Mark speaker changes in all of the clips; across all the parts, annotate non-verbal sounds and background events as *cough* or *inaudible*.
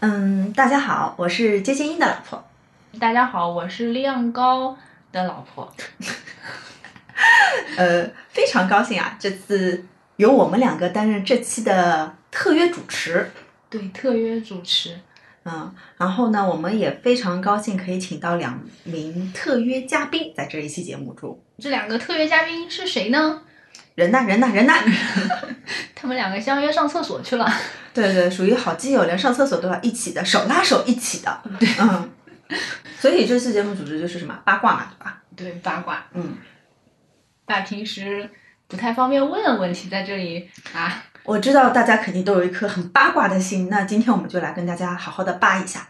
Speaker 1: 嗯，大家好，我是接近音的老婆。
Speaker 2: 大家好，我是亮高的老婆。
Speaker 1: 呃，非常高兴啊，这次由我们两个担任这期的特约主持。
Speaker 2: 对，特约主持。
Speaker 1: 嗯，然后呢，我们也非常高兴可以请到两名特约嘉宾在这一期节目中。
Speaker 2: 这两个特约嘉宾是谁呢？
Speaker 1: 人呐，人呐， *laughs* 人呐！
Speaker 2: 他们两个相约上厕所去了。
Speaker 1: 对对，属于好基友，连上厕所都要一起的，手拉手一起的。
Speaker 2: 对
Speaker 1: 嗯， *laughs* 所以这次节目主旨就是什么八卦嘛，对吧？
Speaker 2: 对，八卦，
Speaker 1: 嗯，
Speaker 2: 把平时不太方便问的问题在这里啊，
Speaker 1: 我知道大家肯定都有一颗很八卦的心，那今天我们就来跟大家好好的扒一下。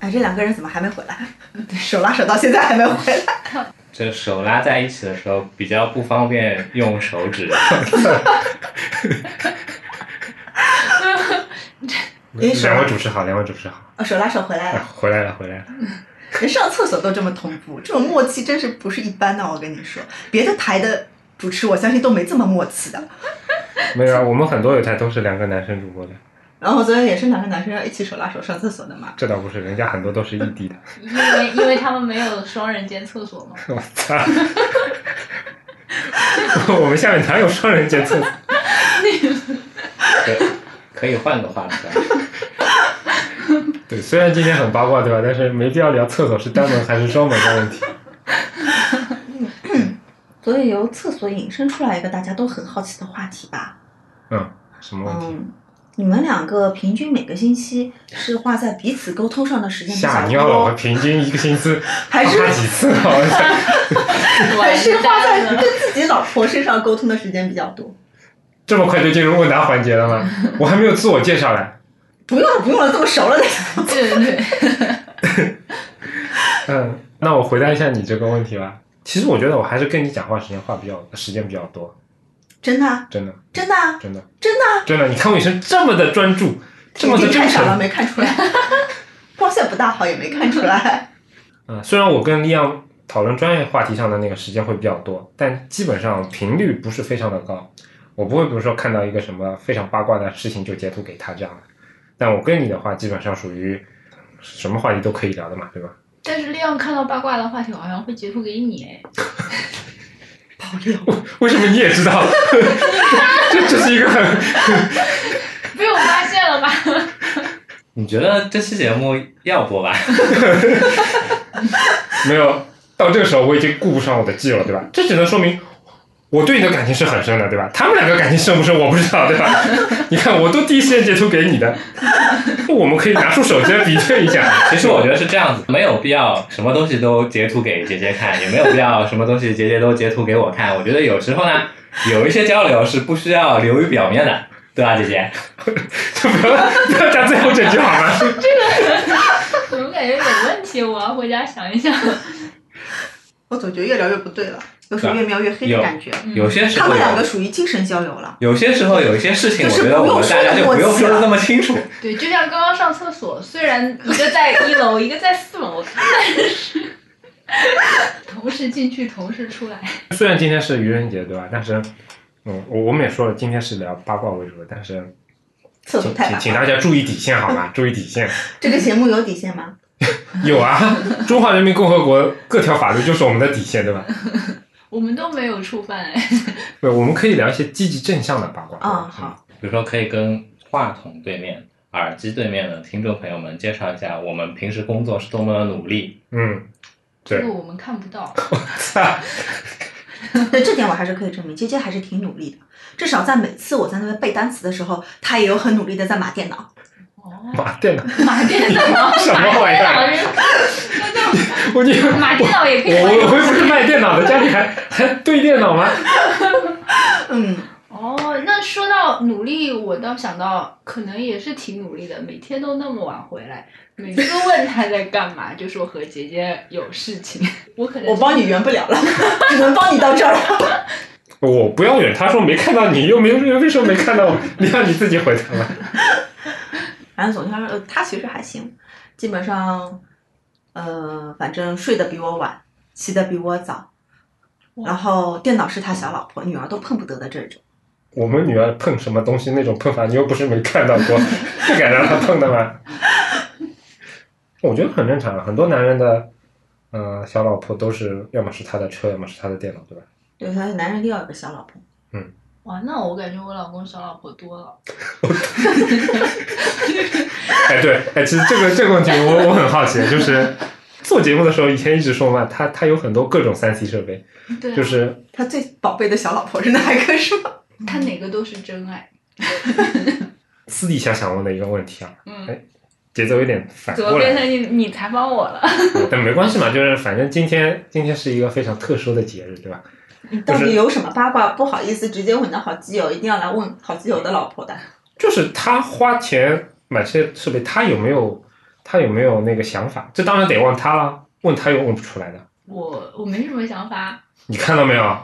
Speaker 1: 哎，这两个人怎么还没回来？ *laughs* 手拉手到现在还没回来。
Speaker 3: 这手拉在一起的时候比较不方便用手指，
Speaker 1: 诶是吗
Speaker 4: 两位主持好，两位主持好，
Speaker 1: 哦，手拉手回来
Speaker 4: 哎
Speaker 1: 了，
Speaker 4: 回来了，回来了。
Speaker 1: 连上厕所都这么同步，这种默契真是不是一般的。我跟你说，别的台的主持我相信都没这么默契的。
Speaker 4: 没有啊，我们很多有台都是两个男生主播的，
Speaker 1: 然后昨天也是两个男生要一起手拉手上厕所的嘛。
Speaker 4: 这倒不是，人家很多都是异地的。 *laughs*
Speaker 2: 因为因为他们没有双人间厕所嘛。
Speaker 4: 我操！ *laughs* 我们下面哪有双人间
Speaker 1: *laughs*
Speaker 4: 厕所？
Speaker 3: 可可以换个话题啊。
Speaker 4: 对，虽然今天很八卦，对吧？但是没必要聊厕所是单门还是双门的
Speaker 1: *laughs*
Speaker 4: 问题。
Speaker 1: 所以由厕所引申出来一个大家都很好奇的话题吧。
Speaker 4: 嗯，什么问题？
Speaker 1: 嗯，你们两个平均每个星期是花在彼此沟通上的时间比
Speaker 4: 吓
Speaker 1: 较
Speaker 4: 尿了！我
Speaker 1: 多，
Speaker 4: 平均一个星期
Speaker 1: *laughs* 还是
Speaker 4: 发几次？我操！
Speaker 1: *laughs* 还是花在跟
Speaker 2: 完蛋了
Speaker 1: 自己老婆身上沟通的时间比较多？
Speaker 4: 这么快就进入问答环节了吗？我还没有自我介绍嘞。
Speaker 1: 不用了，不用了，这么熟了的。
Speaker 2: *laughs* 对对对，
Speaker 4: 嗯，那我回答一下你这个问题吧。其实我觉得我还是跟你讲话时间话比较时间比较多，
Speaker 1: 真的啊，
Speaker 4: 真的，
Speaker 1: 真的啊，
Speaker 4: 真的，
Speaker 1: 真的啊，
Speaker 4: 真的。你看我一生这么的专注，这么
Speaker 1: 眼
Speaker 4: 的
Speaker 1: 睛
Speaker 4: 真
Speaker 1: 太少了，
Speaker 4: 诚。
Speaker 1: 没看出来， *laughs* 光线不大好也没看出来。
Speaker 4: 嗯，虽然我跟利昂讨论专业话题上的那个时间会比较多，但基本上频率不是非常的高。我不会比如说看到一个什么非常八卦的事情就截图给他这样的。但我跟你的话，基本上属于什么话题都可以聊的嘛，对吧？ *laughs*
Speaker 2: 但是亮看到八卦的话题，我好像会截图给你哎。
Speaker 1: 爆料，
Speaker 4: 为什么你也知道？ *laughs* 这这是一个很
Speaker 2: 被我发现了吧？ *laughs*
Speaker 3: 你觉得这期节目要播吧？
Speaker 4: 没有，到这个时候我已经顾不上我的基友了，对吧？这只能说明我对你的感情是很深的，对吧？他们两个感情深不深我不知道，对吧？你看，我都第一时间截图给你的，我们可以拿出手机来比对一下。
Speaker 3: 其实我觉得是这样子，没有必要什么东西都截图给杰杰看，也没有必要什么东西杰杰都截图给我看。我觉得有时候呢，有一些交流是不需要流于表面的，对吧，姐姐？
Speaker 4: 就 *laughs* 不要不要加最后这句好吗？
Speaker 2: *laughs* 我怎么感觉有问题？我要回家想一想。
Speaker 1: 我总觉得越聊越不对了，有种越描越黑的
Speaker 3: 有
Speaker 1: 感觉。
Speaker 2: 嗯
Speaker 3: 有些时
Speaker 1: 他
Speaker 3: 候
Speaker 1: 们两个
Speaker 3: 有，
Speaker 1: 属于精神交流了。
Speaker 3: 有些时候有一些事情，
Speaker 1: 就
Speaker 3: 我
Speaker 1: 是
Speaker 3: 觉得
Speaker 1: 不用
Speaker 3: 我们大家
Speaker 1: 说的
Speaker 3: 就不用
Speaker 1: 默契啊
Speaker 3: 说
Speaker 1: 了
Speaker 3: 的那么清楚。
Speaker 2: 对，就像刚刚上厕所，虽然一个在一楼，一个在四楼， *laughs* 但是同时进去，同时出来。
Speaker 4: *laughs* 虽然今天是愚人节，对吧？但是，嗯，我我们也说了，今天是聊八卦为主的，但是
Speaker 1: 厕所
Speaker 4: 请
Speaker 1: 太
Speaker 4: 请请
Speaker 1: 麻
Speaker 4: 大家注意底线好吗？注意底线。
Speaker 1: 这个节目有底线吗？
Speaker 4: 有啊， *laughs* 中华人民共和国各条法律就是我们的底线，对吧？
Speaker 2: 我们都没有触犯哎，
Speaker 4: 对，我们可以聊一些积极正向的八卦。
Speaker 1: 啊、
Speaker 4: 嗯
Speaker 1: 好，
Speaker 3: 比如说可以跟话筒对面、耳机对面的听众朋友们介绍一下，我们平时工作是多么的努力。
Speaker 4: 嗯，
Speaker 2: 这
Speaker 4: 对
Speaker 2: 个我们看不到。
Speaker 4: *laughs*
Speaker 1: 对这点我还是可以证明，杰杰还是挺努力的。至少在每次我在那边背单词的时候，他也有很努力的在码电脑。
Speaker 2: 哦，
Speaker 4: 马电脑，
Speaker 2: 马电脑，
Speaker 4: *laughs* 什么
Speaker 2: 马
Speaker 4: 玩意
Speaker 2: 电脑
Speaker 4: 儿？
Speaker 2: 是，那
Speaker 4: 我你
Speaker 2: 就马电脑也可以
Speaker 4: 我
Speaker 2: 玩
Speaker 4: 我
Speaker 2: 游
Speaker 4: 我又不
Speaker 2: 戏。
Speaker 4: 是卖电脑的，家里还还对电脑吗？
Speaker 1: 嗯，
Speaker 2: 哦，那说到努力，我倒想到，可能也是挺努力的，每天都那么晚回来，每次问他在干嘛，就说和姐姐有事情。我可能
Speaker 1: 我帮你圆不了了，只能帮你到这儿了。 *laughs*
Speaker 4: 我不要脸，他说没看到你，又没为什么没看到我？你让你自己回答吧。
Speaker 1: 反正总体来说，呃他其实还行，基本上，呃，反正睡得比我晚，起得比我早，
Speaker 2: 哇
Speaker 1: 然后电脑是他小老婆，女儿都碰不得的这种。
Speaker 4: 我们女儿碰什么东西那种碰法，你又不是没看到过， *laughs* 不敢让她碰的吗？我觉得很正常，很多男人的，呃，小老婆都是要么是他的车，要么是他的电脑，对吧？
Speaker 1: 对，所以男人一定要有个小老婆。
Speaker 2: 哇，那我感觉我老公小老婆多了。
Speaker 4: *laughs* 哎，对，哎，其实这个这个问题我我很好奇，就是做节目的时候，以前一直说嘛，他他有很多各种三 C 设备，
Speaker 2: 对啊、
Speaker 4: 就是
Speaker 1: 他最宝贝的小老婆是哪一个是吗？
Speaker 2: 他哪个都是真爱。
Speaker 4: 私底下想问的一个问题啊，
Speaker 2: 嗯，
Speaker 4: 哎节奏有点反
Speaker 2: 怎么
Speaker 4: 哎过
Speaker 2: 变
Speaker 4: 来，嗯
Speaker 2: 成你你采访我了？
Speaker 4: 但没关系嘛，就是反正今天今天是一个非常特殊的节日，对吧？
Speaker 1: 你嗯到底有什么八卦？不好意思，直接问到好基友，一定要来问好基友的老婆的。
Speaker 4: 就是他花钱买这些设备，他有没有他有没有那个想法？这当然得问他了，问他又问不出来的。
Speaker 2: 我我没什么想法。
Speaker 4: 你看到没有？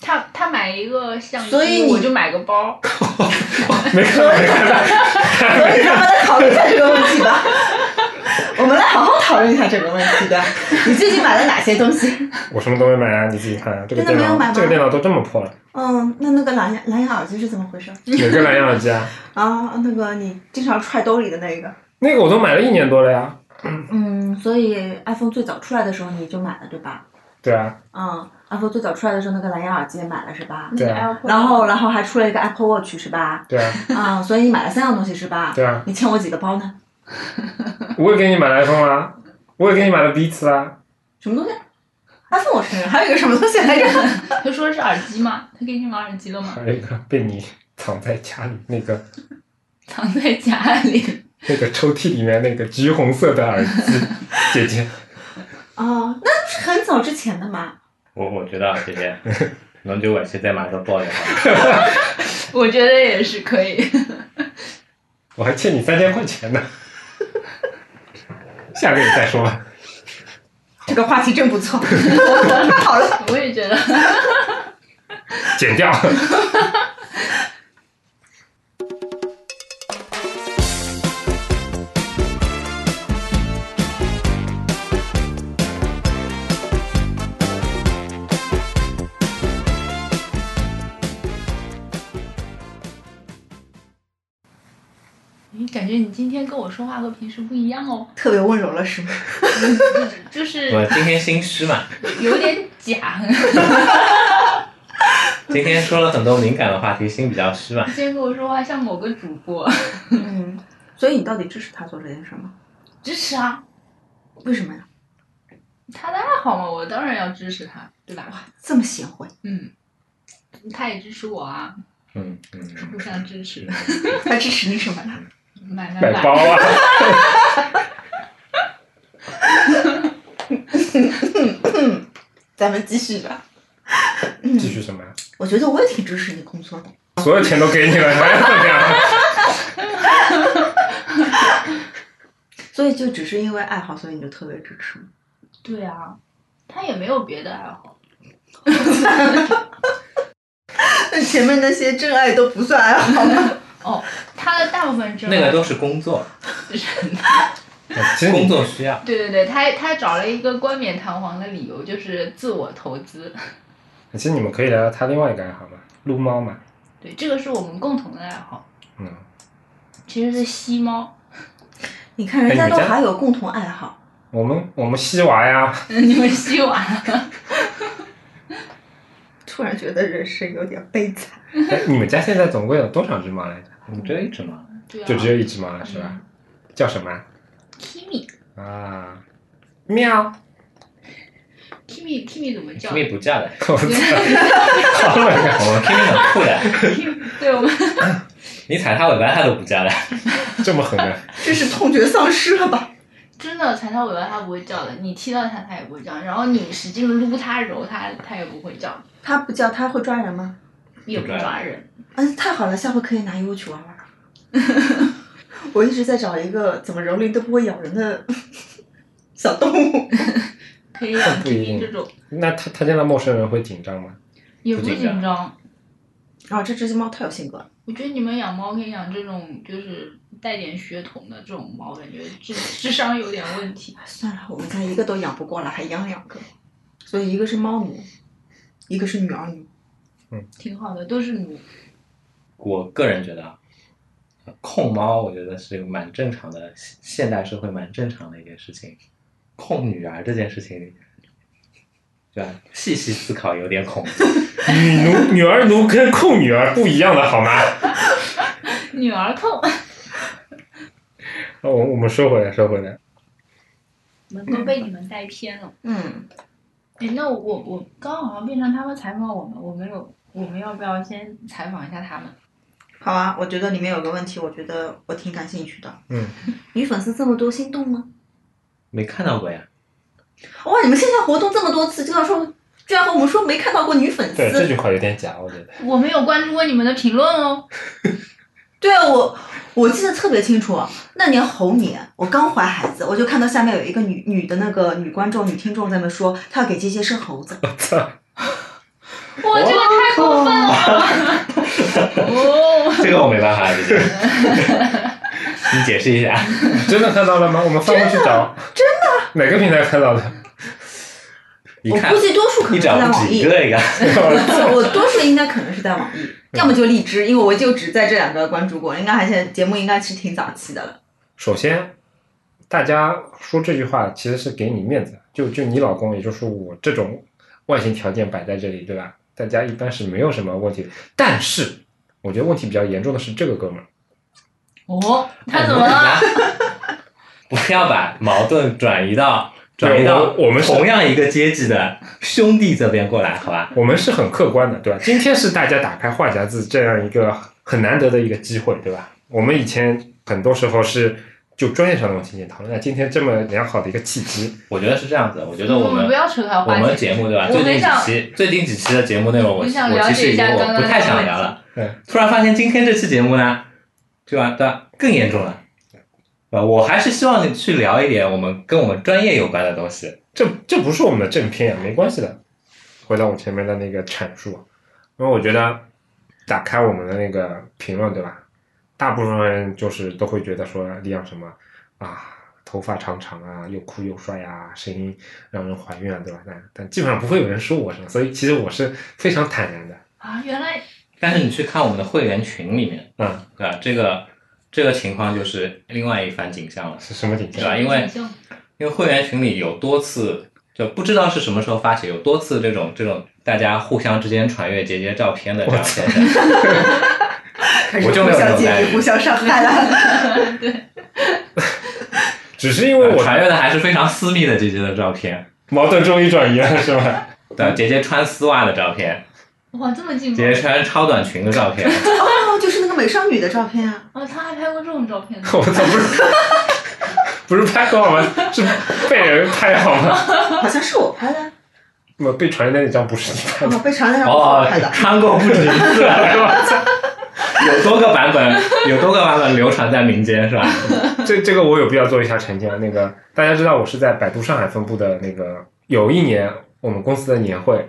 Speaker 2: 他他买一个相机，
Speaker 1: 所以你
Speaker 2: 我就买个包。
Speaker 4: 没看到，没看到。
Speaker 1: 所以咱们来讨论一下这个问题吧。 *laughs* 我们来好好讨论一下这个问题 *laughs* 的。你最近买了哪些东西？
Speaker 4: 我什么都没买啊，你自己看啊。这个
Speaker 1: 真的
Speaker 4: 电
Speaker 1: 没有买吗
Speaker 4: 脑，这个电脑都这么破了，
Speaker 1: 嗯，那那个蓝牙蓝牙耳机是怎么回事？
Speaker 4: 哪个蓝牙耳机啊？
Speaker 1: 啊，那个你经常揣兜里的那个。
Speaker 4: 那个我都买了一年多了呀。
Speaker 1: 嗯，所以 iPhone 最早出来的时候你就买了对吧？
Speaker 4: 对啊，
Speaker 1: 嗯，iPhone 最早出来的时候那个蓝牙耳机也买了是吧？
Speaker 4: 对啊，
Speaker 2: AirPods
Speaker 1: 然后然后还出了一个 Apple Watch 是 *laughs* 吧？
Speaker 4: 对啊，
Speaker 1: 啊、所以你买了三样东西是吧？
Speaker 4: 对啊。
Speaker 1: 你欠我几个包呢？
Speaker 4: 我也给你买了 iPhone 啦，我也给你买了啊 Beats 啦。
Speaker 1: 什么东西？iPhone 我承认，还有一个什么东西来着？
Speaker 2: 他说是耳机吗？他给你买耳机了吗？ *laughs*
Speaker 4: 还有哎一个被你藏在家里那个
Speaker 2: 藏在家里。
Speaker 4: 那个抽屉里面那个橘红色的耳机，姐姐。
Speaker 1: *laughs*
Speaker 4: *laughs*
Speaker 1: 哦，那是很早之前的嘛。
Speaker 3: 我我知道，谢 *laughs* 谢。龙九尾是在买个 boy 的话，
Speaker 2: 我觉得也是可以。 *laughs*
Speaker 4: 我还欠你三千块钱呢。 *laughs* 下个月再说吧。
Speaker 1: 这个话题真不错， *laughs* 太好了。
Speaker 2: 我也觉得。
Speaker 4: 剪掉。
Speaker 2: 你感觉你今天跟我说话和平时不一样哦，
Speaker 1: 特别温柔了是吗？
Speaker 2: 就是
Speaker 3: 我今天新诗嘛，
Speaker 2: 有点假。
Speaker 3: 今天说了很多敏感的话题，心比较湿嘛。 *laughs*
Speaker 2: 今天跟我说话像某个主播，
Speaker 1: 嗯，所以你到底支持他做这件事吗？
Speaker 2: 支持啊，
Speaker 1: 为什么呀？
Speaker 2: 他的爱好嘛，我当然要支持他，对吧？
Speaker 1: 这么贤惠，
Speaker 2: 嗯，他也支持我啊，
Speaker 3: 嗯嗯，
Speaker 2: 互相支持，
Speaker 1: 他支持你什么呢？
Speaker 2: 买买
Speaker 4: 买包啊！
Speaker 1: 咱们继续吧。
Speaker 4: 继续什么呀？
Speaker 1: 我觉得我也挺支持你工作的。
Speaker 4: 所有钱都给你了，还要怎么样？ *laughs*
Speaker 1: 所以就只是因为爱好，所以你就特别支持。
Speaker 2: 对啊，他也没有别的爱好，
Speaker 1: 那 *laughs* 前面那些真爱都不算爱好吗？
Speaker 2: 他的大部分真爱
Speaker 3: 那个都是工作，
Speaker 4: 哎其实
Speaker 3: 工
Speaker 4: 你
Speaker 3: 作需要。
Speaker 2: *laughs* 对对对，他他找了一个冠冕堂皇的理由，就是自我投资。
Speaker 4: 其实你们可以聊聊他另外一个爱好嘛，撸猫嘛。
Speaker 2: 对，这个是我们共同的爱好，
Speaker 4: 嗯，
Speaker 2: 其实是吸猫。
Speaker 1: *laughs*
Speaker 2: *laughs*
Speaker 1: 你看人
Speaker 4: 哎
Speaker 1: 家
Speaker 4: 你
Speaker 1: 都
Speaker 4: 们家
Speaker 1: 还有共同爱好，
Speaker 4: 我们我们西娃呀，
Speaker 2: 你们吸完了？
Speaker 1: 突然觉得人生有点悲惨。
Speaker 4: 哎，你们家现在总共有多少只猫来着？
Speaker 3: 你嗯这一直嘛，
Speaker 2: 对啊，
Speaker 4: 就只有一只猫了是吧？叫什么
Speaker 2: Kimi
Speaker 4: 啊？喵！
Speaker 2: Kimi Kimi 怎么叫
Speaker 3: Kimi 不叫的，
Speaker 4: 我操，好冷啊！
Speaker 3: 我们 Kimi 很酷的，
Speaker 2: ？Kimi *laughs* 对我们
Speaker 3: 你踩它尾巴它都不叫的。
Speaker 4: 这么狠啊的， *laughs*
Speaker 1: 这是痛觉丧失了吧？
Speaker 2: 真的踩它尾巴它不会叫的，你踢到它它也不会叫，然后你使劲撸它揉它它也不会叫，
Speaker 1: 他不叫，他会抓人吗？
Speaker 2: 也不抓人。
Speaker 1: 嗯，太好了，下回可以拿衣服去玩玩。 *laughs* 我一直在找一个怎么蹂躏都不会咬人的小动物。
Speaker 2: 可以养
Speaker 4: 不一定
Speaker 2: Kimi 这种，
Speaker 4: 那他他见到陌生人会紧张吗？
Speaker 2: 也不
Speaker 3: 不紧张
Speaker 2: 紧张。
Speaker 1: 哦啊，这只猫太有性格了。
Speaker 2: 我觉得你们养猫跟养这种就是带点血统的这种猫，感觉智智商有点问题。
Speaker 1: 算了，我们家一个都养不过了，还养两个，所以一个是猫奴，一个是女儿奴。
Speaker 2: 挺好的，都是奴。
Speaker 3: 我个人觉得啊，控猫我觉得是蛮正常的，现现代社会蛮正常的一件事情。控女儿这件事情，对吧？细细思考有点恐怖。
Speaker 4: 女奴、女儿奴跟控女儿不一样的好吗？
Speaker 2: 女儿 *laughs* 控，
Speaker 4: 哦我我们说回来，说回来，
Speaker 2: 我们都被你们带偏了。
Speaker 1: 嗯，
Speaker 2: 哎，那我我我刚好好像变成他们采访我们，我们有我们要不要先采访一下他们？
Speaker 1: 好啊，我觉得里面有个问题，我觉得我挺感兴趣的。
Speaker 4: 嗯，
Speaker 1: 女粉丝这么多，心动吗？
Speaker 3: 没看到过呀，
Speaker 1: 哇，你们线下活动这么多次，居然说居然和我们说没看到过女粉丝？
Speaker 4: 对这句话有点假，我觉得。
Speaker 2: 我没有关注过你们的评论哦。
Speaker 1: 对啊，我我记得特别清楚，那年猴年，我刚怀孩子，我就看到下面有一个女女的那个女观众、女听众在那说，她要给杰杰生猴子。
Speaker 2: 哇，这个
Speaker 1: 哦
Speaker 2: 太过分了吧！哦，
Speaker 3: 啊这个我没办法理解。你解释一下，
Speaker 4: 真的看到了吗？我们翻过去找，真的哪个平台看到的？
Speaker 3: 一
Speaker 1: 我
Speaker 3: 看
Speaker 1: 估计多数可能
Speaker 3: 你
Speaker 1: 是在
Speaker 3: 找不
Speaker 1: 网
Speaker 3: 止一
Speaker 1: 易， *laughs*
Speaker 3: 个一个。
Speaker 1: 我多数应该可能是在网易，
Speaker 3: 嗯
Speaker 1: 要么就荔枝，因为我就只在这两个关注过，应该还现在节目应该是挺早期的了。
Speaker 4: 首先，大家说这句话其实是给你面子，就就你老公，也就是我这种外形条件摆在这里，对吧？大家一般是没有什么问题，但是我觉得问题比较严重的是这个哥们儿，
Speaker 2: 哦，他怎么了？？
Speaker 3: *laughs* 不要把矛盾转移到转移到
Speaker 4: 我我们是
Speaker 3: 同样一个阶级的兄弟这边过来，好吧？
Speaker 4: 我们是很客观的，对吧？今天是大家打开话匣子这样一个很难得的一个机会，对吧？我们以前很多时候是就专业上的问题进行讨论，那今天这么良好的一个契机，
Speaker 3: 我觉得是这样子，我觉得我
Speaker 2: 我
Speaker 1: 嗯
Speaker 3: 们
Speaker 2: 们不要扯开
Speaker 3: 我
Speaker 2: 话
Speaker 3: 们
Speaker 2: 题。
Speaker 3: 节目对吧？
Speaker 2: 啊我
Speaker 3: 最近
Speaker 2: 们
Speaker 3: 几
Speaker 2: 想
Speaker 3: 期最近几期的节目内容，我
Speaker 2: 我想
Speaker 3: 我
Speaker 2: 了
Speaker 3: 其
Speaker 2: 解
Speaker 3: 实已
Speaker 2: 一
Speaker 3: 经
Speaker 2: 下
Speaker 3: 我
Speaker 2: 刚刚
Speaker 3: 不
Speaker 2: 那
Speaker 3: 太
Speaker 2: 个
Speaker 3: 想
Speaker 2: 问
Speaker 3: 聊
Speaker 2: 题
Speaker 3: 了。
Speaker 4: 对
Speaker 3: 突然发现今天这期节目呢，对吧？对吧？更严重了。呃，我还是希望你去聊一点我们跟我们专业有关的东西。
Speaker 4: 这这不是我们的正片，没关系的。回到我前面的那个阐述，啊因为我觉得打开我们的那个评论，对吧？大部分人就是都会觉得说李阳什么啊，头发长长啊，又酷又帅啊，声音让人怀孕啊，对吧？但但基本上不会有人说我什么，所以其实我是非常坦然的。
Speaker 2: 啊，原来
Speaker 3: 但是你去看我们的会员群里面，
Speaker 4: 嗯，
Speaker 3: 对吧？这个这个情况就是另外一番景象了。
Speaker 4: 是什么啊景
Speaker 3: 对
Speaker 4: 象？
Speaker 3: 吧？因为因为会员群里有多次，就不知道是什么时候发起，有多次这种这种大家互相之间传阅姐姐照片的这样现象。
Speaker 1: 开始
Speaker 3: *laughs* 我就没有
Speaker 1: 互相
Speaker 3: 这种待
Speaker 1: 建
Speaker 3: 遇
Speaker 1: 议、互相伤害
Speaker 3: *laughs*
Speaker 1: 了。
Speaker 4: 只是因为我
Speaker 3: 啊传阅的还是非常私密的姐姐的照片，
Speaker 4: 矛盾终于转移了，是吧？ *laughs*
Speaker 3: 对，姐姐穿丝袜的照片，
Speaker 2: 哇，这么近吗
Speaker 3: 姐？姐穿超短裙的照
Speaker 1: *laughs*
Speaker 3: 片，
Speaker 1: 哦，就是那个美少女的照片啊。
Speaker 2: 哦，他还拍过这种照片呢。
Speaker 4: 我操，不是 *laughs* 不是拍好吗？是被人拍好吗？ *laughs*
Speaker 1: 好像是我拍的，
Speaker 4: 我被传的那张不是你拍的，
Speaker 1: 哦，被传在上我
Speaker 3: 哦
Speaker 1: 拍
Speaker 3: *laughs*
Speaker 1: 的，。
Speaker 3: 穿过不止一次，有多个版本，有多个版本流传在民间是吧？
Speaker 4: *laughs* 这这个我有必要做一下澄清啊。那个大家知道我是在百度上海分部的那个，有一年我们公司的年会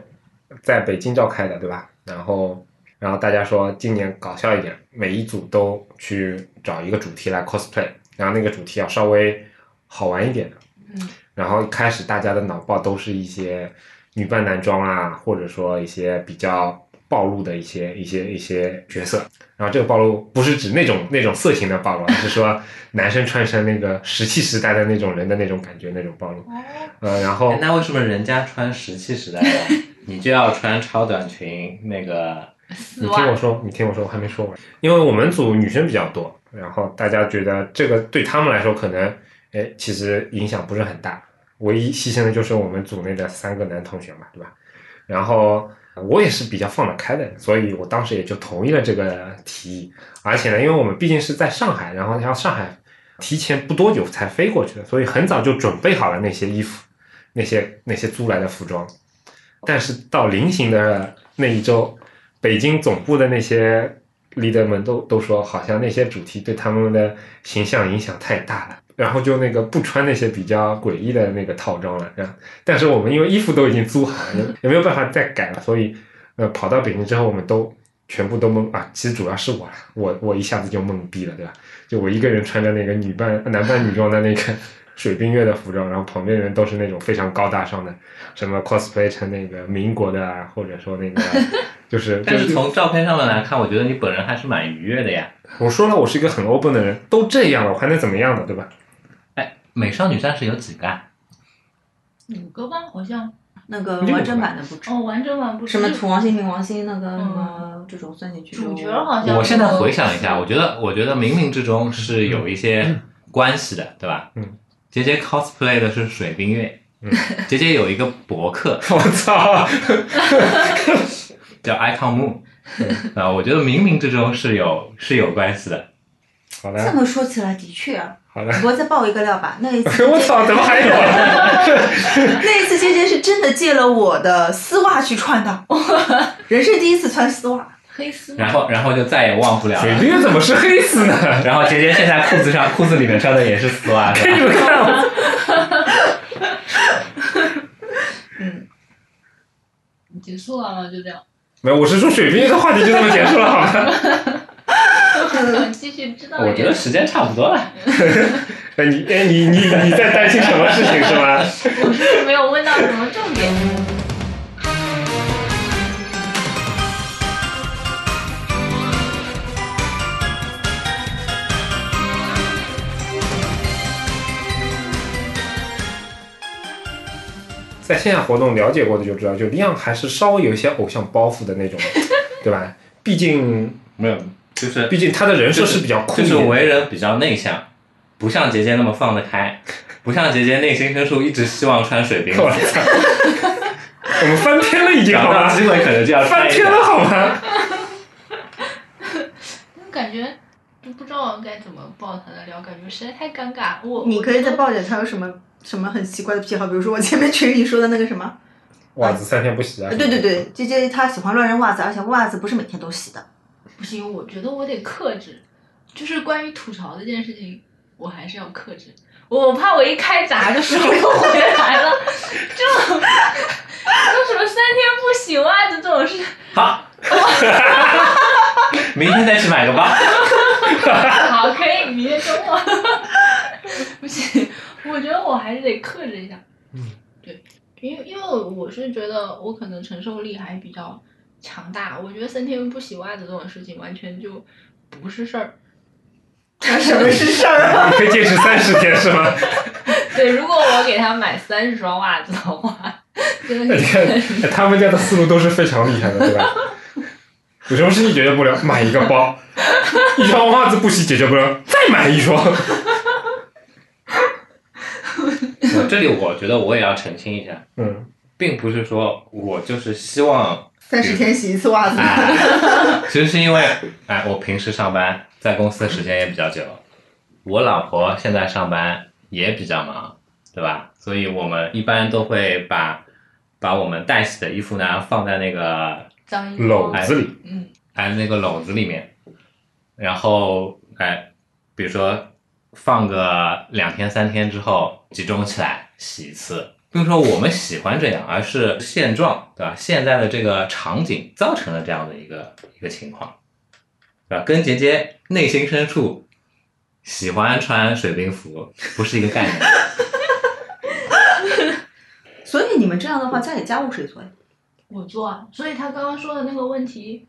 Speaker 4: 在北京召开的，对吧？然后然后大家说今年搞笑一点，每一组都去找一个主题来 cosplay，然后那个主题要稍微好玩一点的。
Speaker 2: 嗯，
Speaker 4: 然后一开始大家的脑爆都是一些女扮男装啊，或者说一些比较暴露的一些一些一些角色。然后这个暴露不是指那种那种色情的暴露，而是说男生穿成那个石器时代的那种人的那种感觉那种暴露。
Speaker 2: 哦，
Speaker 4: 呃，然后
Speaker 3: 哎那为什么人家穿石器时代的，你就要穿超短裙那个？
Speaker 2: 丝
Speaker 4: 你听我
Speaker 2: 袜。
Speaker 4: 说，你听我说，我还没说完。因为我们组女生比较多，然后大家觉得这个对他们来说可能，哎，其实影响不是很大。唯一牺牲的就是我们组内的三个男同学嘛，对吧？然后呃我也是比较放得开的人，所以我当时也就同意了这个提议。而且呢，因为我们毕竟是在上海，然后然后上海提前不多久才飞过去的，所以很早就准备好了那些衣服，那些那些租来的服装。但是到临行的那一周，北京总部的那些 leader 们都都说，好像那些主题对他们的形象影响太大了，然后就那个不穿那些比较诡异的那个套装了。然后，但是我 *laughs* 们因为衣服都已经租好了，也也没有办法再改了，所以呃，跑到北京之后，我们都全部都懵啊，其实主要是我啦，我我一下子就懵逼了，对吧？就我一个人穿着那个女扮男扮女装的那个 *laughs* 水冰月的服装，然后旁边人都是那种非常高大上的，什么 cosplay 成那个民国的啊， *laughs* 或者说那个就是就
Speaker 3: *laughs* 但是
Speaker 4: 是
Speaker 3: 从照片上面来看，我觉得你本人还是蛮愉悦的呀。
Speaker 4: 我说了，我是一个很 open 的人，都这样了，我还能怎么样呢，对吧？ *laughs*
Speaker 3: 哎，美少女战士有几个？啊？
Speaker 2: 五个吧，好像
Speaker 1: 那个
Speaker 4: 六
Speaker 1: 完整
Speaker 4: 个
Speaker 1: 版的不止，
Speaker 2: 哦，完整版不是
Speaker 1: 什么土王星、冥王星那个什
Speaker 2: 嗯
Speaker 1: 么这种算进去就。
Speaker 2: 主角
Speaker 1: 哦
Speaker 2: 好像
Speaker 3: 我现在回想一下，我觉得我觉得冥冥之中是有一些关系的，对吧？
Speaker 4: 嗯。
Speaker 3: 杰杰 cosplay 的是水冰月， *laughs*
Speaker 4: 嗯，
Speaker 3: 杰杰有一个博客
Speaker 4: 我操！
Speaker 3: 叫 Icon Moon，啊，
Speaker 4: 嗯
Speaker 3: *laughs* 我觉得冥冥之中是有是有关系的。
Speaker 4: 好
Speaker 1: 这
Speaker 4: 了
Speaker 1: 么说起来的确啊，
Speaker 4: 好了， *laughs*
Speaker 1: 我再爆一个料吧。 *laughs* 那一次，
Speaker 4: 我操，怎么还有啊？ *laughs*
Speaker 1: 那一次萱萱是真的借了我的丝袜去穿 *laughs* 的，人生第一次穿丝袜。
Speaker 2: 黑丝
Speaker 3: 然后然后就再也忘不了
Speaker 4: 水
Speaker 3: 了。
Speaker 4: 冰月怎么是黑丝呢？ *laughs*
Speaker 3: 然后杰杰现在裤子上裤子里面穿的也是丝袜，是
Speaker 4: 给 *laughs*
Speaker 3: 吧？
Speaker 4: 你们看我。
Speaker 2: 结束了吗？就这
Speaker 1: *laughs*
Speaker 2: 样，
Speaker 4: 没有，我是说水冰月的话题就这么结束
Speaker 3: *laughs*
Speaker 4: 了，好吗？
Speaker 2: 想继续知道一点。
Speaker 3: 我觉得时间差不多了。
Speaker 4: 哎，你哎你你你在担心什么事情是
Speaker 3: *laughs*
Speaker 4: 吗？
Speaker 2: 我是不是没有问到什么重点？
Speaker 4: 在线下活动了解过的就知道，就李阳还是稍微有一些偶像包袱的那种，对吧？毕竟
Speaker 3: 没有，就是
Speaker 4: 毕竟他的人设是比较酷
Speaker 3: 就
Speaker 4: 一
Speaker 3: 是
Speaker 4: 点的，
Speaker 3: 为人比较内向，不像杰杰那么放得开，不像杰杰内心深处一直希望穿水冰
Speaker 4: 我
Speaker 3: 服，
Speaker 4: 操！ *laughs* 我们翻篇了已经
Speaker 3: 找
Speaker 4: 好
Speaker 3: 到
Speaker 4: 吗
Speaker 3: 机？会可能就要穿
Speaker 4: 翻
Speaker 3: 一
Speaker 4: 篇
Speaker 3: 下。
Speaker 4: 了好吗？
Speaker 2: 感觉就不知道该怎么抱他的料，感觉实在太尴尬。我
Speaker 1: 你可以再
Speaker 2: 再
Speaker 1: 爆点他有什么什么很奇怪的癖好，比如说我前面群里说的那个什么，
Speaker 4: 袜子三天不洗啊！
Speaker 1: 呃对对，对，这这他喜欢乱扔袜子，而且袜子不是每天都洗 *laughs* 的。
Speaker 2: 不行，我觉得我得克制。就是关于吐槽这件事情，我还是要克制。我怕我一开闸就收 *laughs* 不回来了，就 *laughs* 说什么三天不洗袜子这种事，
Speaker 3: 好，明天再去买 *laughs* 个吧。
Speaker 2: 好，可以，明天周 *laughs* 末。不行，我觉得我还是得克制一下。
Speaker 4: 嗯，
Speaker 2: 对，因为因为我是觉得我可能承受力还比较强大，我觉得三天不洗袜子这种事情完全就不是事儿。
Speaker 1: 什么是事儿啊？
Speaker 4: *laughs* 你可以坚持三十天是吗？
Speaker 2: *laughs* 对，如果我给他买三十双袜子的话， *laughs* 真的
Speaker 4: *laughs* 你
Speaker 2: 是
Speaker 4: 看他们家的思路都是非常厉害的，对吧？有什么事情解决不了，买一个包，一双袜子不洗解决不了，再买一双。
Speaker 3: 我这里我觉得我也要澄清一下，
Speaker 4: 嗯，
Speaker 3: 并不是说我就是希望，
Speaker 1: 三十天洗一次袜子，
Speaker 3: 哎，其实是因为，哎，我平时上班在公司的时间也比较久，我老婆现在上班也比较忙，对吧？所以我们一般都会把把我们带洗的衣服呢放在那个
Speaker 2: 脏衣服。
Speaker 4: 篓子里，
Speaker 2: 嗯，
Speaker 3: 哎那个篓子里面，然后哎，比如说放个两天三天之后集中起来洗一次，并不是说我们喜欢这样，而是现状对吧？现在的这个场景造成了这样的一个一个情况，对吧？跟杰杰内心深处喜欢穿水兵服不是一个概念。
Speaker 1: 所以你们这样的话，家里家务谁做呀？
Speaker 2: 我做啊，所以他刚刚说的那个问题，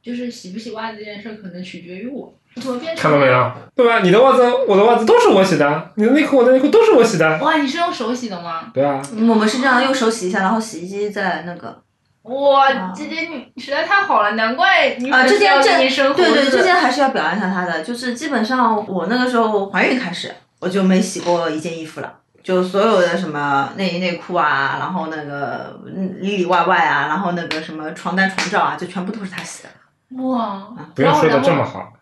Speaker 2: 就是洗不洗袜子这件事，可能取决于我。怎么变
Speaker 4: 看
Speaker 2: 成
Speaker 4: 到没有？对吧？你的袜子，我的袜子都是我洗的，你的内裤，我的内裤都是我洗的。
Speaker 2: 哇，你是用手洗的吗？
Speaker 4: 对啊，
Speaker 1: 我们是这样用手洗一下，然后洗衣机再那个
Speaker 2: 哇
Speaker 1: 啊，
Speaker 2: 姐姐你实在太好了，难怪女
Speaker 1: 啊，
Speaker 2: 粉
Speaker 1: 这
Speaker 2: 丝要
Speaker 1: 件这
Speaker 2: 跟你生活。
Speaker 1: 对对，这件还是要表扬一下他的，就是基本上我那个时候怀孕开始，我就没洗过一件衣服了。就所有的什么内衣内裤啊，然后那个嗯里里外外啊，然后那个什么床单床罩啊，就全部都是他洗的。
Speaker 2: 哇，
Speaker 4: 不用说的这
Speaker 2: 然后
Speaker 4: 么好。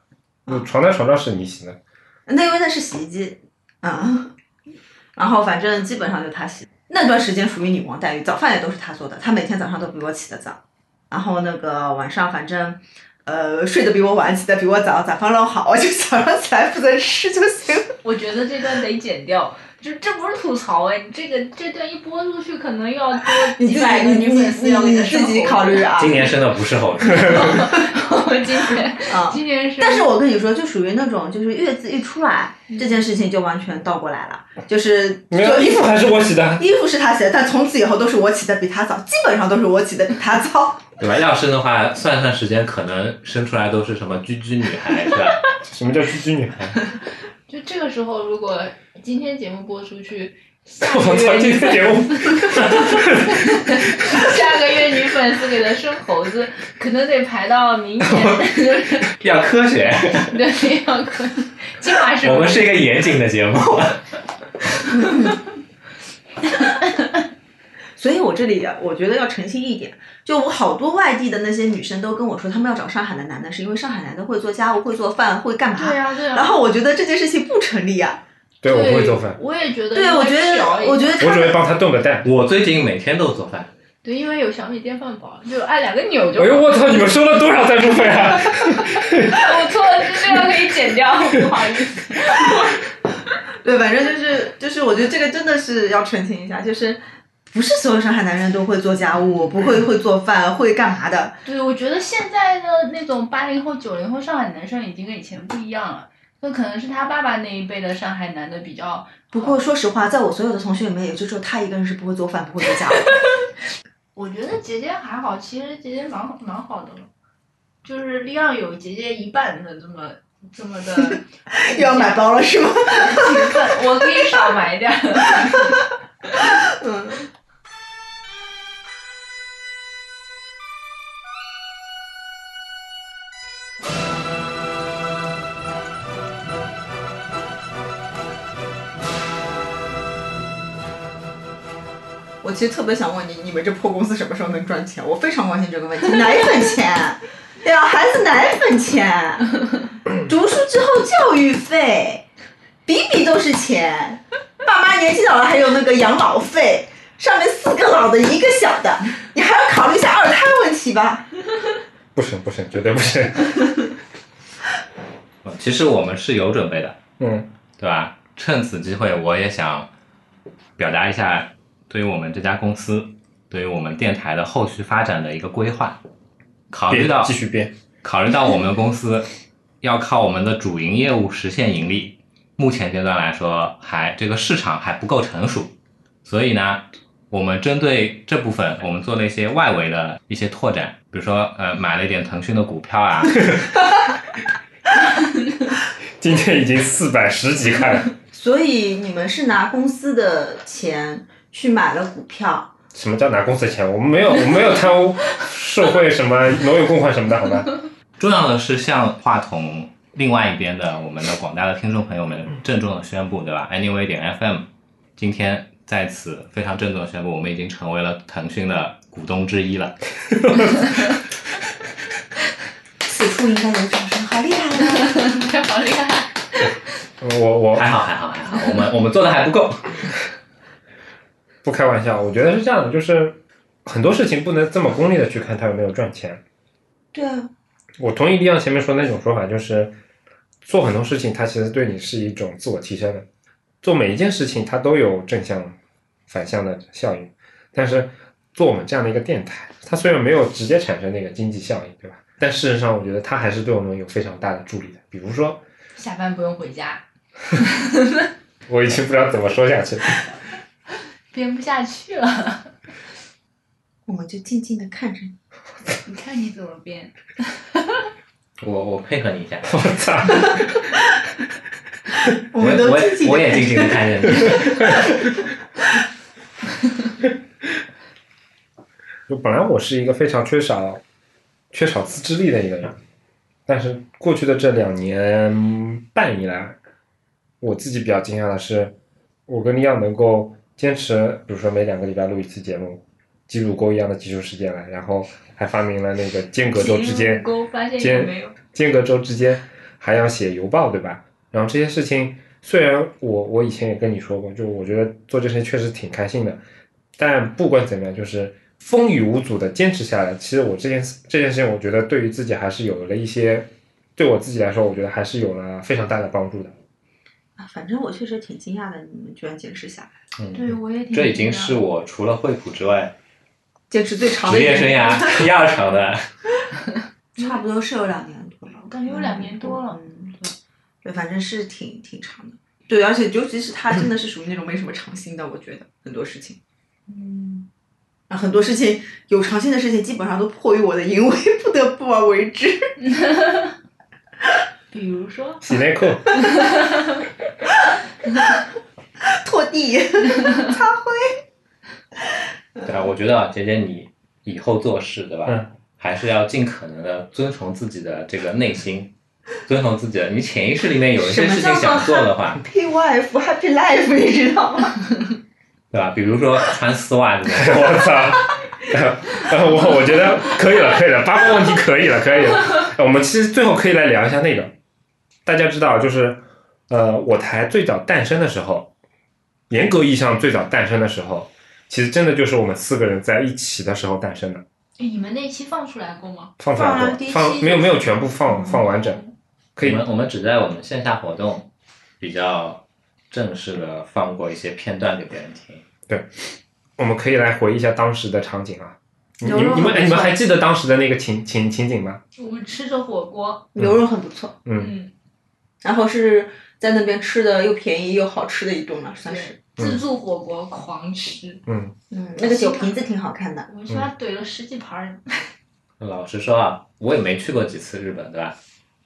Speaker 4: 嗯床单、床罩是你洗的，
Speaker 1: 那因为那是洗衣机，嗯，然后反正基本上就他洗。那段时间属于女王待遇，早饭也都是他做的，他每天早上都比我起得早，然后那个晚上反正，呃，睡得比我晚，起得比我早，早饭弄好，我就早上起来负责吃就行了。
Speaker 2: 我觉得这段得剪掉，这这不是吐槽哎，你这个这段一播出去，可能又要多
Speaker 1: 你
Speaker 2: 几
Speaker 1: 自
Speaker 2: 百
Speaker 1: 己
Speaker 2: 个
Speaker 1: 你
Speaker 2: 女
Speaker 1: 你
Speaker 2: 粉丝要给
Speaker 1: 你
Speaker 2: 他
Speaker 1: 自己
Speaker 2: 生活
Speaker 1: 考虑。啊
Speaker 3: 今年生的不是猴子，
Speaker 2: *laughs* 我今年
Speaker 1: 啊！
Speaker 2: *laughs* 今年是，
Speaker 1: *laughs* 但是我跟你说，就属于那种，就是月子一出来，
Speaker 2: 嗯
Speaker 1: 这件事情就完全倒过来了，就是
Speaker 4: 没有
Speaker 1: 就
Speaker 4: 衣服还是我洗的，
Speaker 1: 衣服是他洗的，但从此以后都是我起的比他早，基本上都是我起的比他早。
Speaker 3: 对吧？要生的话，算算时间，可能生出来都是什么居居女孩，是吧？
Speaker 4: 什么叫居居女孩？
Speaker 2: 就这个时候，如果今天节目播出去， *laughs* 下
Speaker 4: 我
Speaker 2: 个
Speaker 4: 操，
Speaker 2: 月
Speaker 4: 这
Speaker 2: 女
Speaker 4: 个
Speaker 2: 粉
Speaker 4: 节目
Speaker 2: 下个月女粉丝给他生猴子，可能得排到明年，
Speaker 4: *laughs*
Speaker 2: 就是
Speaker 3: 要科学，
Speaker 2: 对要可以，起码是
Speaker 3: 我们是一个严谨的节目。 *laughs*
Speaker 1: 所以我这里我觉得要澄清一点，就我好多外地的那些女生都跟我说，她们要找上海的男的，是因为上海男的会做家务、会做饭、会干嘛。
Speaker 2: 对啊对啊，
Speaker 1: 然后我觉得这件事情不成立啊。
Speaker 4: 对我不会做饭，
Speaker 2: 我也觉得
Speaker 1: 对，
Speaker 2: 应该
Speaker 1: 我觉
Speaker 2: 调一
Speaker 1: 得我觉得
Speaker 4: 我
Speaker 1: 他
Speaker 4: 只会
Speaker 1: 们
Speaker 4: 帮他炖个蛋。
Speaker 3: 我最近每天都做饭，
Speaker 2: 对，因为有小米电饭煲，就按两个钮就
Speaker 4: 哎
Speaker 2: 好。
Speaker 4: 呦我操，你们收了多少赞助费啊？ *laughs*
Speaker 2: 我错了，这这个可以剪掉，不好意思。
Speaker 1: 对，反正就是就是，我觉得这个真的是要澄清一下，就是。不是所有上海男人都会做家务，不会会做饭，会干嘛的？
Speaker 2: 对，我觉得现在的那种八零后、九零后上海男生已经跟以前不一样了。那可能是他爸爸那一辈的上海男的比较，
Speaker 1: 不过说实话，在我所有的同学里面，也就只有他一个人是不会做饭、不会做家务的。，
Speaker 2: 我觉得姐姐还好，其实姐姐蛮好蛮好的了，就是利昂有姐姐一半的这么这么的
Speaker 1: *laughs* *laughs* 又要买
Speaker 2: *laughs*
Speaker 1: 包了是吗？
Speaker 2: 勤奋，我可以少买点 *laughs* 儿。
Speaker 1: 嗯，我其实特别想问你，你们这破公司什么时候能赚钱？我非常关心这个问题。奶粉钱，对啊，孩子奶粉钱，读书之后教育费，比比都是钱。爸妈年纪老了，还有那个养老费，上面四个老的，一个小的，你还要考虑一下二胎问题吧。
Speaker 4: 不生不生，绝对不生。
Speaker 3: 其实我们是有准备的，
Speaker 4: 嗯，
Speaker 3: 对吧？趁此机会，我也想表达一下对于我们这家公司、对于我们电台的后续发展的一个规划。考虑
Speaker 4: 编
Speaker 3: 到
Speaker 4: 继续编，
Speaker 3: 考虑到我们公司 *laughs* 要靠我们的主营业务实现盈利，目前阶段来说还这个市场还不够成熟，所以呢，我们针对这部分，我们做了一些外围的一些拓展，比如说呃买了一点腾讯的股票啊， *laughs*
Speaker 4: 今天已经四百十几看了，
Speaker 1: 所以你们是拿公司的钱去买了股票，
Speaker 4: 什么叫拿公司的钱？我们没有，我们没有贪污受贿什么挪用公款什么的，好吧？
Speaker 3: 重要的是向话筒另外一边的我们的广大的听众朋友们郑重的宣布，对吧？Anyway 点 FM 今天在此非常郑重的宣布，我们已经成为了腾讯的股东之一了。
Speaker 1: 此处应该有掌声，好厉害 *laughs* 啊！
Speaker 2: 好厉害！
Speaker 4: 嗯我我
Speaker 3: 还好还好还好，我们我们做的还不够。
Speaker 4: 不开玩笑，我觉得是这样的，就是很多事情不能这么功利的去看它有没有赚钱。
Speaker 1: 对啊，
Speaker 4: 我同意利昂前面说的那种说法，就是做很多事情，它其实对你是一种自我提升的。做每一件事情，它都有正向、反向的效应。但是做我们这样的一个电台，它虽然没有直接产生那个经济效应，对吧？但事实上，我觉得它还是对我们有非常大的助力的。比如说，
Speaker 2: 下班不用回家，
Speaker 4: 我已经不知道怎么说下去了。 *laughs*
Speaker 2: 编不下去了。
Speaker 1: 我们就静静的看着你。
Speaker 2: 你看你怎么编？
Speaker 3: 我我配合你一下，
Speaker 4: 我操！
Speaker 1: 我们都
Speaker 3: 我
Speaker 1: 静静
Speaker 3: 我
Speaker 1: 的
Speaker 3: 也
Speaker 1: 看
Speaker 3: 静
Speaker 1: 着
Speaker 3: 静
Speaker 1: *laughs*
Speaker 3: 的看着你。
Speaker 4: 就本来我是一个非常缺少缺少自制力的一个人，但是过去的这两年半以来，我自己比较惊讶的是，我跟利亚能够坚持，比如说每两个礼拜录一次节目，挤乳沟一样的挤出时间来，然后还发明了那个间隔周之间
Speaker 2: 挤乳沟发现也
Speaker 4: 间
Speaker 2: 没有
Speaker 4: 间隔周之间还要写邮报，对吧？然后这些事情，虽然我我以前也跟你说过，就我觉得做这些确实挺开心的，但不管怎么样，就是风雨无阻的坚持下来。其实我这件事这件事情，我觉得对于自己还是有了一些，对我自己来说，我觉得还是有了非常大的帮助的。
Speaker 1: 啊反正我确实挺惊讶的，你们居然坚持下来，
Speaker 3: 嗯，
Speaker 2: 对，我也挺
Speaker 3: 这已经是我除了惠普之外
Speaker 1: 坚持最长的
Speaker 3: 职
Speaker 1: 一
Speaker 3: 业
Speaker 1: 年
Speaker 3: 生
Speaker 1: *laughs*
Speaker 3: 涯第二长的。
Speaker 1: 差不多是有两年多了，
Speaker 2: 我感觉有两年多了
Speaker 1: 嗯，对，对，反正是挺挺长的。对，而且尤其是他真的是属于那种没什么长心的，我觉得很多事情
Speaker 2: 嗯，
Speaker 1: 啊，很多事情有长心的事情，基本上都迫于我的淫威， *laughs* 不得不而为之。 *laughs*
Speaker 2: 比如说
Speaker 4: 洗内裤，
Speaker 1: 拖地， *laughs*
Speaker 3: 对啊，我觉得啊，姐姐你以后做事对吧，
Speaker 4: 嗯
Speaker 3: 还是要尽可能的遵从自己的这个内心，遵从自己的。你潜意识里面有一些事情想做的话，
Speaker 1: ，Happy wife, happy life，你知道吗？ *laughs*
Speaker 3: 对吧？比如说穿丝袜子，
Speaker 4: 我操！呃我我觉得可以了，可以了，八卦问题可以了，可以了。呃我们其实最后可以来聊一下那个，大家知道，就是呃，我台最早诞生的时候，严格意义上最早诞生的时候，其实真的就是我们四个人在一起的时候诞生的，
Speaker 2: 哎你们那期放出来过吗？
Speaker 4: 放出来
Speaker 1: 放了
Speaker 4: 过
Speaker 1: 第一，
Speaker 4: 放
Speaker 1: 期
Speaker 4: 没有没有全部放放完整， *laughs* 可
Speaker 3: 我
Speaker 4: 以
Speaker 3: 们我们只在我们线下活动比较正式的放过一些片段给别人听。
Speaker 4: 我们可以来回忆一下当时的场景啊。你
Speaker 1: 牛肉
Speaker 4: 们你们
Speaker 1: 很
Speaker 4: 哎你
Speaker 1: 不
Speaker 4: 们
Speaker 1: 错
Speaker 4: 还记得当时的那个情情情景吗？
Speaker 2: 我们吃着火锅，
Speaker 1: 牛肉很不错，
Speaker 4: 嗯，
Speaker 2: 嗯，
Speaker 1: 然后是在那边吃的又便宜又好吃的一顿嘛，算是。
Speaker 2: 对，
Speaker 4: 嗯
Speaker 2: 自助火锅狂吃，
Speaker 1: 嗯，那个酒瓶子挺好看的。
Speaker 2: 我起码
Speaker 4: 嗯
Speaker 2: 怼了十几盘儿，
Speaker 3: 老实说啊，我也没去过几次日本，对吧？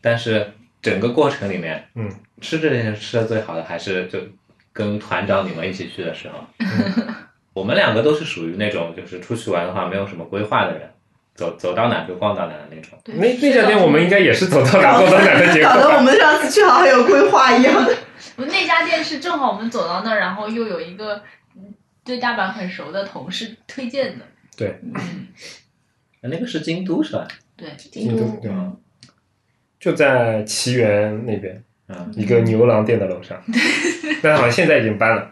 Speaker 3: 但是整个过程里面，
Speaker 4: 嗯，
Speaker 3: 吃这件事吃的最好的还是就跟团长你们一起去的时候， *laughs* 我们两个都是属于那种就是出去玩的话没有什么规划的人，走走到哪就逛到哪的那种。
Speaker 2: 对
Speaker 4: 那那家店我们应该也是走到
Speaker 1: *laughs*
Speaker 4: 哪走到哪的结
Speaker 1: 哦搞得
Speaker 4: 果。
Speaker 1: 我们上次去好像有规划一 *laughs* 样。
Speaker 2: 我那家店是正好我们走到那儿，然后又有一个嗯对大阪很熟的同事推荐的，
Speaker 4: 对
Speaker 2: 嗯，
Speaker 3: 那个是京都是吧？
Speaker 2: 对，
Speaker 4: 京都对
Speaker 1: 嗯
Speaker 4: 就在奇缘那边
Speaker 3: 嗯，
Speaker 4: 一个牛郎店的楼 *laughs* 上，但好像现在已经搬了。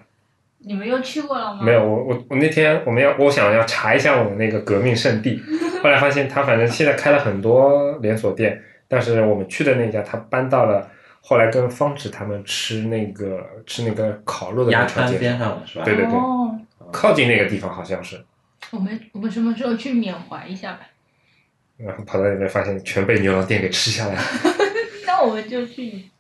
Speaker 2: 你们又去过了吗？
Speaker 4: 没有，我我我那天我们要我想要查一下我们那个革命圣 *laughs* 地，后来发现他反正现在开了很多连锁店，但是我们去的那家他搬到了后来跟方池他们吃那个吃那个烤肉的
Speaker 3: 鸭
Speaker 4: 那条
Speaker 3: 川
Speaker 4: 街
Speaker 3: 边
Speaker 4: 上，
Speaker 3: 上了是吧？
Speaker 4: 对对对
Speaker 2: 哦，
Speaker 4: 靠近那个地方好像是，
Speaker 2: 我们我们什么时候去缅怀一下吧？
Speaker 4: 然后跑到那边发现全被牛郎店给吃下来了。
Speaker 2: 那我们就去，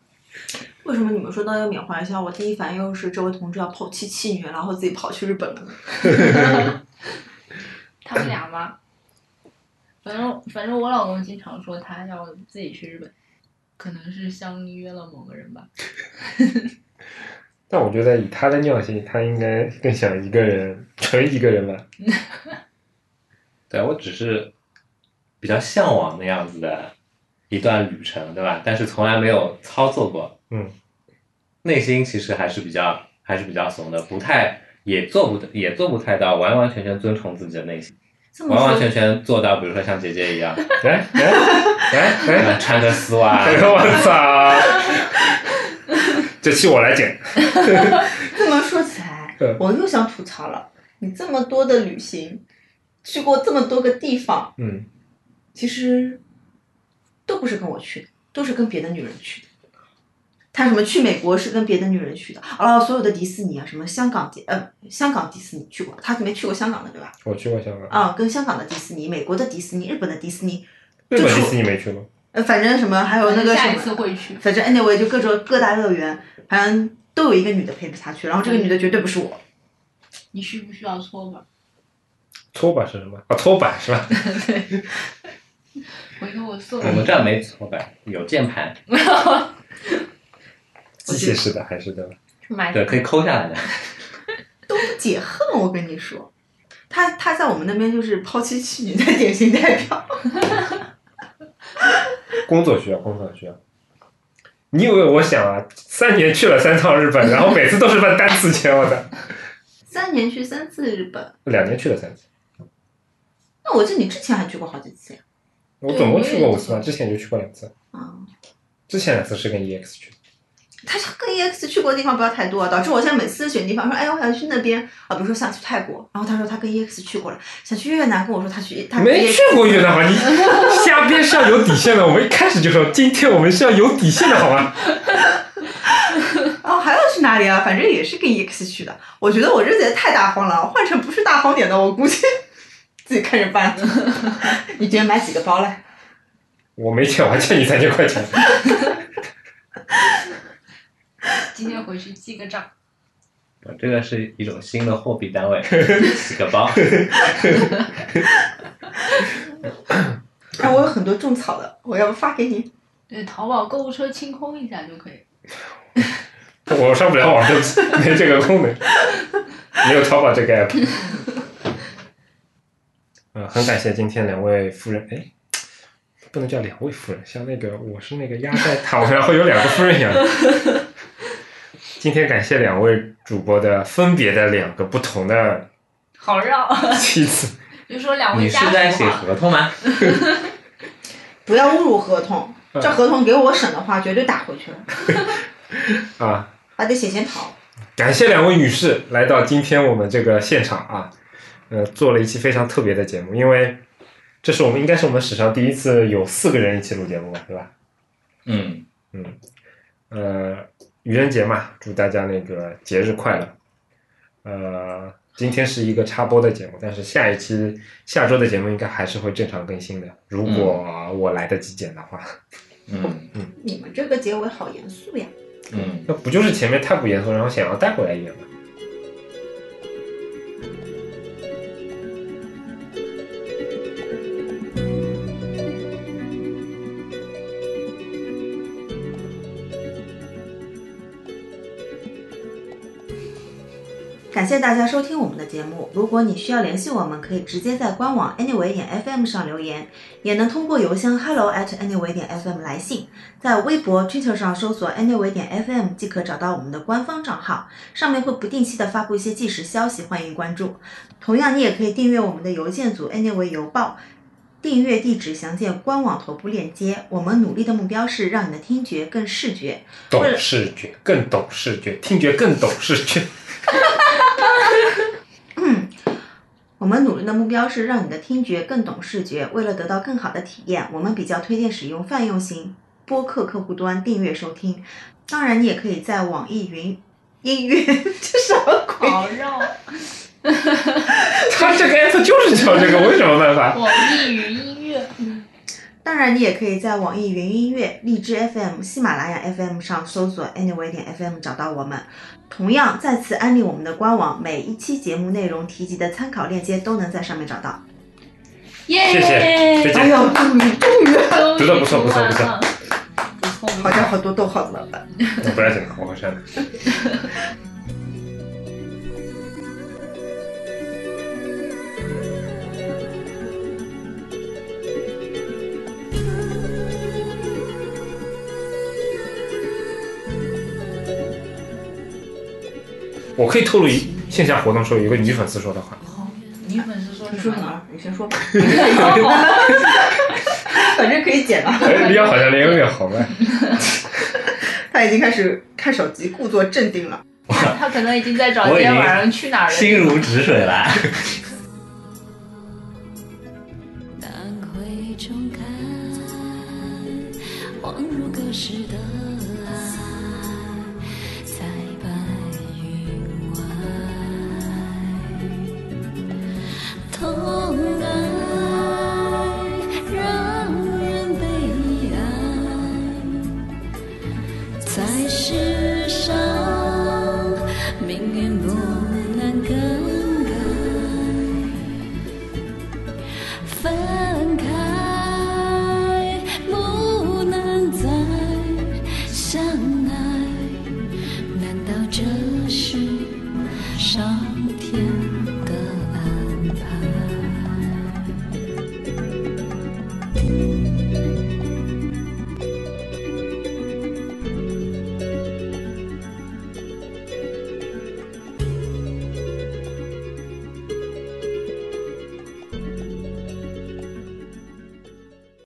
Speaker 1: 为什么你们说到要缅怀一下，我第一反应又是这位同志要抛弃弃女，然后自己跑去日本了呢？
Speaker 2: 他们俩吗？反正反正我老公经常说他要自己去日本，可能是相约了某个人吧。
Speaker 4: 但我觉得以他的尿性，他应该更想一个人，纯一个人吧。
Speaker 3: 对我只是比较向往那样子的一段旅程，对吧？但是从来没有操作过。
Speaker 4: 嗯，
Speaker 3: 内心其实还是比较还是比较怂的，不太也做不也做不太到完完全全遵从自己的内心，
Speaker 1: 这么
Speaker 3: 完完
Speaker 1: 说，
Speaker 3: 全全做到，比如说像姐姐一样，呃
Speaker 4: 哎哎哎哎！
Speaker 3: 穿个丝袜啊
Speaker 4: 哎， *laughs* 呦我操！这期我来剪。
Speaker 1: 这么说起来
Speaker 4: 嗯，
Speaker 1: 我又想吐槽了。你这么多的旅行，去过这么多个地方，
Speaker 4: 嗯，
Speaker 1: 其实都不是跟我去的，都是跟别的女人去的。他什么去美国是跟别的女人去的，哦，所有的迪士尼啊，什么香港迪呃香港迪士尼去过，他没去过香港的对吧？
Speaker 4: 我去过香港，
Speaker 1: 啊，跟香港的迪士尼、美国的迪士尼、日本的迪士尼，
Speaker 4: 日本迪士尼没去过。
Speaker 1: 呃，反正什么还有那个
Speaker 2: 下
Speaker 1: 什
Speaker 2: 一次
Speaker 1: 么，
Speaker 2: 会去，
Speaker 1: 反正 anyway 就各种各大乐园，反正都有一个女的陪着他去，然后这个女的绝对不是我，
Speaker 2: 你需不需要搓吧？
Speaker 4: 搓板是什么？啊，搓板是吧？
Speaker 2: 回头我送
Speaker 3: 我们
Speaker 2: 你。
Speaker 3: 这儿没搓板，有键盘，
Speaker 4: 机械式的还是的？
Speaker 2: 买
Speaker 3: 对，可以抠下来的。
Speaker 1: 都不解恨，我跟你说，他他在我们那边就是抛妻弃女的典型代表。
Speaker 4: 工作需要，工作需要。你以为我想啊？三年去了三趟日本，然后每次都是办单次签我的。
Speaker 1: 三年去三次日本，
Speaker 4: 两年去了三次，
Speaker 1: 那我记得你之前还去过好几次呀。
Speaker 4: 我总共去过五次嘛，之前就去过两次，
Speaker 1: 啊、
Speaker 4: 之前两次是跟 EX 去。
Speaker 1: 他是跟 EX 去过的地方不要太多，啊导致我现在每次选地方说，哎，我想去那边啊，比如说想去泰国，然后他说他跟 EX 去过了，想去越南，跟我说他去他跟
Speaker 4: 没
Speaker 1: EX
Speaker 4: 去过越南好，你瞎编是要有底线的。我们一开始就说，今天我们是要有底线的好吗？
Speaker 1: 哦，还有是哪里啊？反正也是跟 EX 去的。我觉得我这也太大方了，换成不是大方点的，我估计 *laughs* 自己看着办。你今天买几个包嘞？
Speaker 4: 我没钱，我还欠你三千块钱。
Speaker 2: 今天回去记个账。
Speaker 3: 我呃这个是一种新的货币单位，几个包。
Speaker 1: 哎，我有很多种草的，我要不发给你？
Speaker 2: 对，淘宝购物车清空一下就可以。
Speaker 4: 我上不了网，没这个功能，没有淘宝这个 app。嗯，很感谢今天两位夫人，哎，不能叫两位夫人，像那个我是那个压寨塔，然后有两个夫人一样。今天感谢两位主播的分别的两个不同的
Speaker 2: 好绕，
Speaker 4: 妻子，
Speaker 2: *laughs* 就说两位
Speaker 3: 你
Speaker 2: 家啊
Speaker 3: 是在
Speaker 2: 属
Speaker 3: 写
Speaker 2: 嘛，
Speaker 3: 合同吗？
Speaker 1: 不要侮辱合同，
Speaker 4: 嗯
Speaker 1: 这合同给我审的话，绝对打回去了，
Speaker 4: 啊，
Speaker 1: 还得写检讨。
Speaker 4: 感谢两位女士来到今天我们这个现场啊，呃，做了一期非常特别的节目，因为这是我们应该是我们史上第一次有四个人一起录节目吧，对吧？
Speaker 3: 嗯，
Speaker 4: 呃，愚人节嘛，祝大家那个节日快乐。呃，今天是一个插播的节目，但是下一期下周的节目应该还是会正常更新的，如果我来得及剪的话。
Speaker 3: 嗯
Speaker 1: 你们这个结尾好严肃呀！
Speaker 3: 嗯，
Speaker 4: 那不就是前面太不严肃，然后想要带回来一点吗？
Speaker 1: 感谢大家收听我们的节目。如果你需要联系我们，可以直接在官网 anyway 点 FM 上留言，也能通过邮箱 hello at anyway 点 FM 来信。在微博、Twitter 上搜索 anyway 点 FM 即可找到我们的官方账号，上面会不定期的发布一些即时消息，欢迎关注。同样，你也可以订阅我们的邮件组 anyway 邮报。订阅地址详见官网头部链接。我们努力的目标是让你的听觉更视觉，
Speaker 4: 懂
Speaker 1: 为了
Speaker 4: 视觉更懂视觉，听觉更懂视觉。
Speaker 1: 我们努力的目标是让你的听觉更懂视觉。为了得到更好的体验，我们比较推荐使用泛用型播客客户端订阅收听。当然，你也可以在网易云音乐， *laughs* 这什么鬼？
Speaker 2: 好绕。
Speaker 4: 他这个 app 就是叫这个，我有什么
Speaker 2: *laughs*
Speaker 4: 办法？
Speaker 2: 网易云音乐，
Speaker 1: 当然，你也可以在网易云音乐、荔枝 FM、喜马拉雅 FM 上搜索 Anyway 点 FM 找到我们。同样，再次安利我们的官网，每一期节目内容提及的参考链接都能在上面找到。
Speaker 2: 耶！
Speaker 4: 谢谢，再
Speaker 1: 哎
Speaker 4: 见。
Speaker 1: 呦，终于终于，
Speaker 2: 终于
Speaker 4: 读得不错
Speaker 2: 读完
Speaker 4: 不错
Speaker 2: 了嗯不错，不错
Speaker 1: 好像好多逗号怎么办？
Speaker 4: 不要紧了，我会删的。我可以透露一线下活动时候有一个女粉丝说的话，
Speaker 2: 女粉丝说
Speaker 1: 你
Speaker 2: 什
Speaker 1: 说
Speaker 2: 么
Speaker 1: 什么
Speaker 2: 了？
Speaker 1: 了？你先说吧。 *laughs* 反正可以剪了。
Speaker 4: 哎，李阳好像脸有点红了。啊
Speaker 1: 他已经开始看手机，故作镇定了。
Speaker 2: 他可能已经在找
Speaker 3: 我
Speaker 2: 今
Speaker 3: 已
Speaker 2: 天
Speaker 3: 经
Speaker 2: 晚上去哪儿了。
Speaker 3: 心如止水啦。
Speaker 5: 淡灰中看，恍如隔世的爱，在白云外。痛爱让人悲哀，在世上命运不难更改。分开，不能再相爱，难道这是上天的安排？